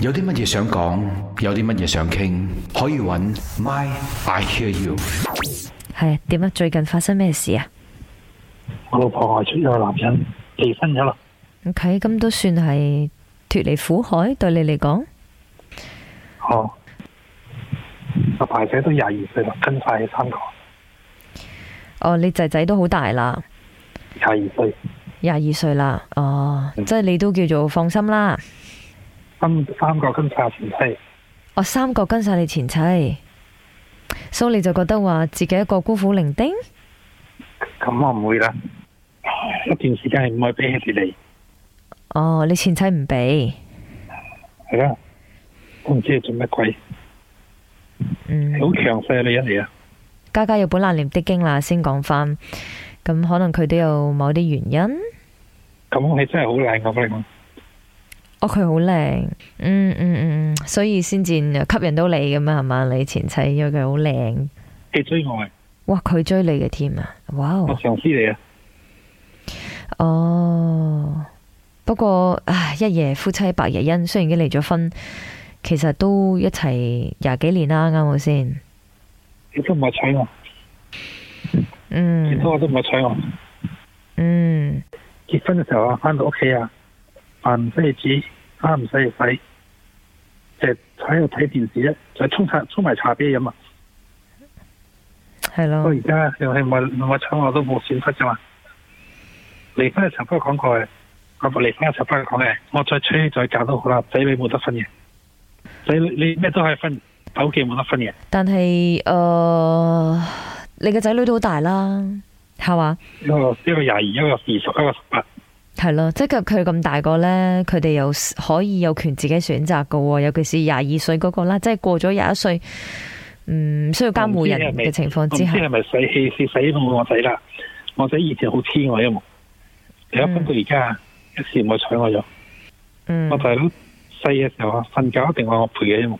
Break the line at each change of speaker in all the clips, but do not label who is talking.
有啲乜嘢想講，有啲乜嘢想傾，可以揾 My I Hear You。
係點啊？最近發生咩事啊
我老婆外出咗個男人，離婚咗啦。
？OK，咁都算係脱離苦海，對你嚟講，
哦，阿排仔都廿二歲啦，跟晒三個，
哦，你仔仔都好大啦，
廿二歲，
廿二歲啦，哦，即係你都叫做放心啦。
三三個跟晒阿前妻。
哦，三個跟晒你前妻，所以你就覺得話自己一個孤苦伶仃。
咁我唔會啦。一段時間係唔可以俾佢哋嚟，
哦，你前妻唔俾，
係啦。我唔知佢做乜鬼，
嗯
係，好強勢嘅女人嚟啊！
家家有本難念的經啦，先講返。咁可能佢都有某啲原因。
咁佢真係好靚咁嚟講，
哦，佢好靚，嗯嗯嗯，嗯所以先至吸引到你咁啊，係嘛？你前妻因為佢好靚，
佢追我啊，
哇！佢追你嘅添啊，哇
我
哦！
上司嚟啊，
哦，不過唉，一夜夫妻百日恩，雖然已經離咗婚，其實都一齊廿幾年啦，啱冇先？
佢都唔係娶我，
嗯
結婚我都唔係娶我。
嗯，
結婚嘅時候啊，翻到屋企啊，飯唔使煮，衫唔使洗，就坐喺度睇電視咧，就沖茶沖埋茶俾佢飲啊！
係
不
咯
過，而家又係冇冇娶我都冇損失啫嘛。離婚嘅時候不過講過嘅，我離婚嘅時候不過講嘅，我再娶再嫁都好啦，仔女冇得分嘅，仔女你咩都可以分，手記冇得分嘅。
但係誒、呃你嘅仔女都好大啦，係嘛？
一個一個廿二，一個二十，一個十八，
係咯，即係佢咁大個呢，佢哋又可以有權自己選擇噶喎，尤其是廿二歲嗰個啦，即係過咗廿一歲，唔需要監護人嘅情況
我唔
之
知啊
下，
係咪洗氣是洗到我仔啦？我仔以前好黐我一目，離咗婚到而家一時冇睬我咗。
嗯
我，大佬細嘅時候啊，瞓覺一定話我陪嘅，因為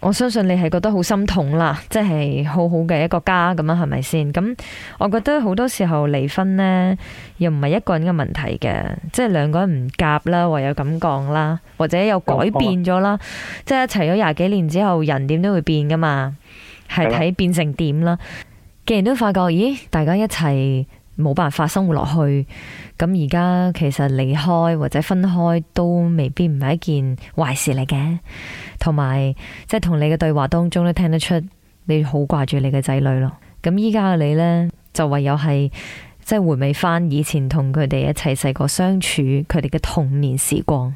我相信你係覺得好心痛啦，即係好好嘅一個家咁啊樣，係咪先？咁我覺得好多時候離婚呢，又唔係一個人嘅問題嘅，即係兩個人唔夾啦，唯有咁講啦，或者有改變咗啦，即係一齊咗廿幾年之後，人點都會變噶嘛，係
係啦
睇變成點啦。既然都發覺，咦，大家一齊冇辦法生活落去，咁而家其實離開或者分開都未必唔係一件壞事嚟嘅，同埋即係同你嘅對話當中都聽得出你好掛住你嘅仔女咯。咁依家嘅你呢，就唯有係即係回味翻以前同佢哋一齊細個相處，佢哋嘅童年時光。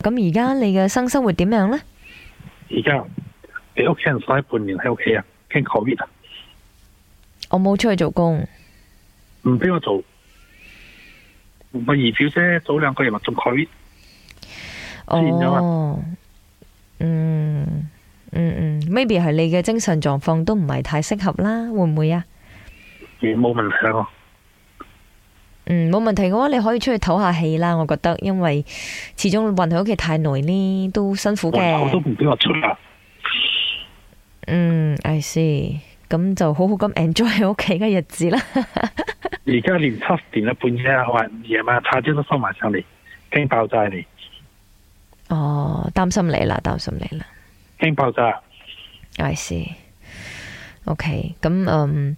咁而家你嘅新生活點樣呢？
而家俾屋企人鎖喺半年喺屋企啊，驚 covid 啊，
我冇出去做工，
唔俾我做。我姨表姐早兩個月咪中 covid，
哦，
變咗啊
嗯嗯嗯，maybe 係你嘅精神狀況都唔係太適合啦，會唔會啊？
而冇問題啊。
嗯，冇問題嘅話，你可以出去唞下氣啦。我覺得，因為始終困喺屋企太耐呢，都辛苦
我我都
嘅。
唔俾我出啊，
嗯，I see，咁就好好咁 enjoy 喺屋企嘅日子 啦。
而家連七點啊半夜啊，話夜晚叉燒都收埋上嚟，驚爆炸嚟，
哦，擔心你啦，擔心你啦。
驚爆炸。
I see。OK，咁嗯，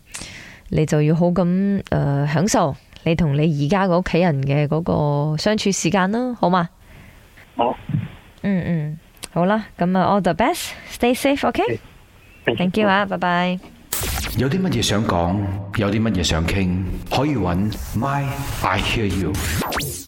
你就要好咁誒、呃享受你同你而家個屋企人嘅嗰個相處時間啦，好嘛？
好。
嗯嗯，好啦，咁啊，all the best，stay safe，OK？Thank、you 啊，拜拜。
有啲乜嘢想講，有啲乜嘢想傾，可以揾 My I Hear You。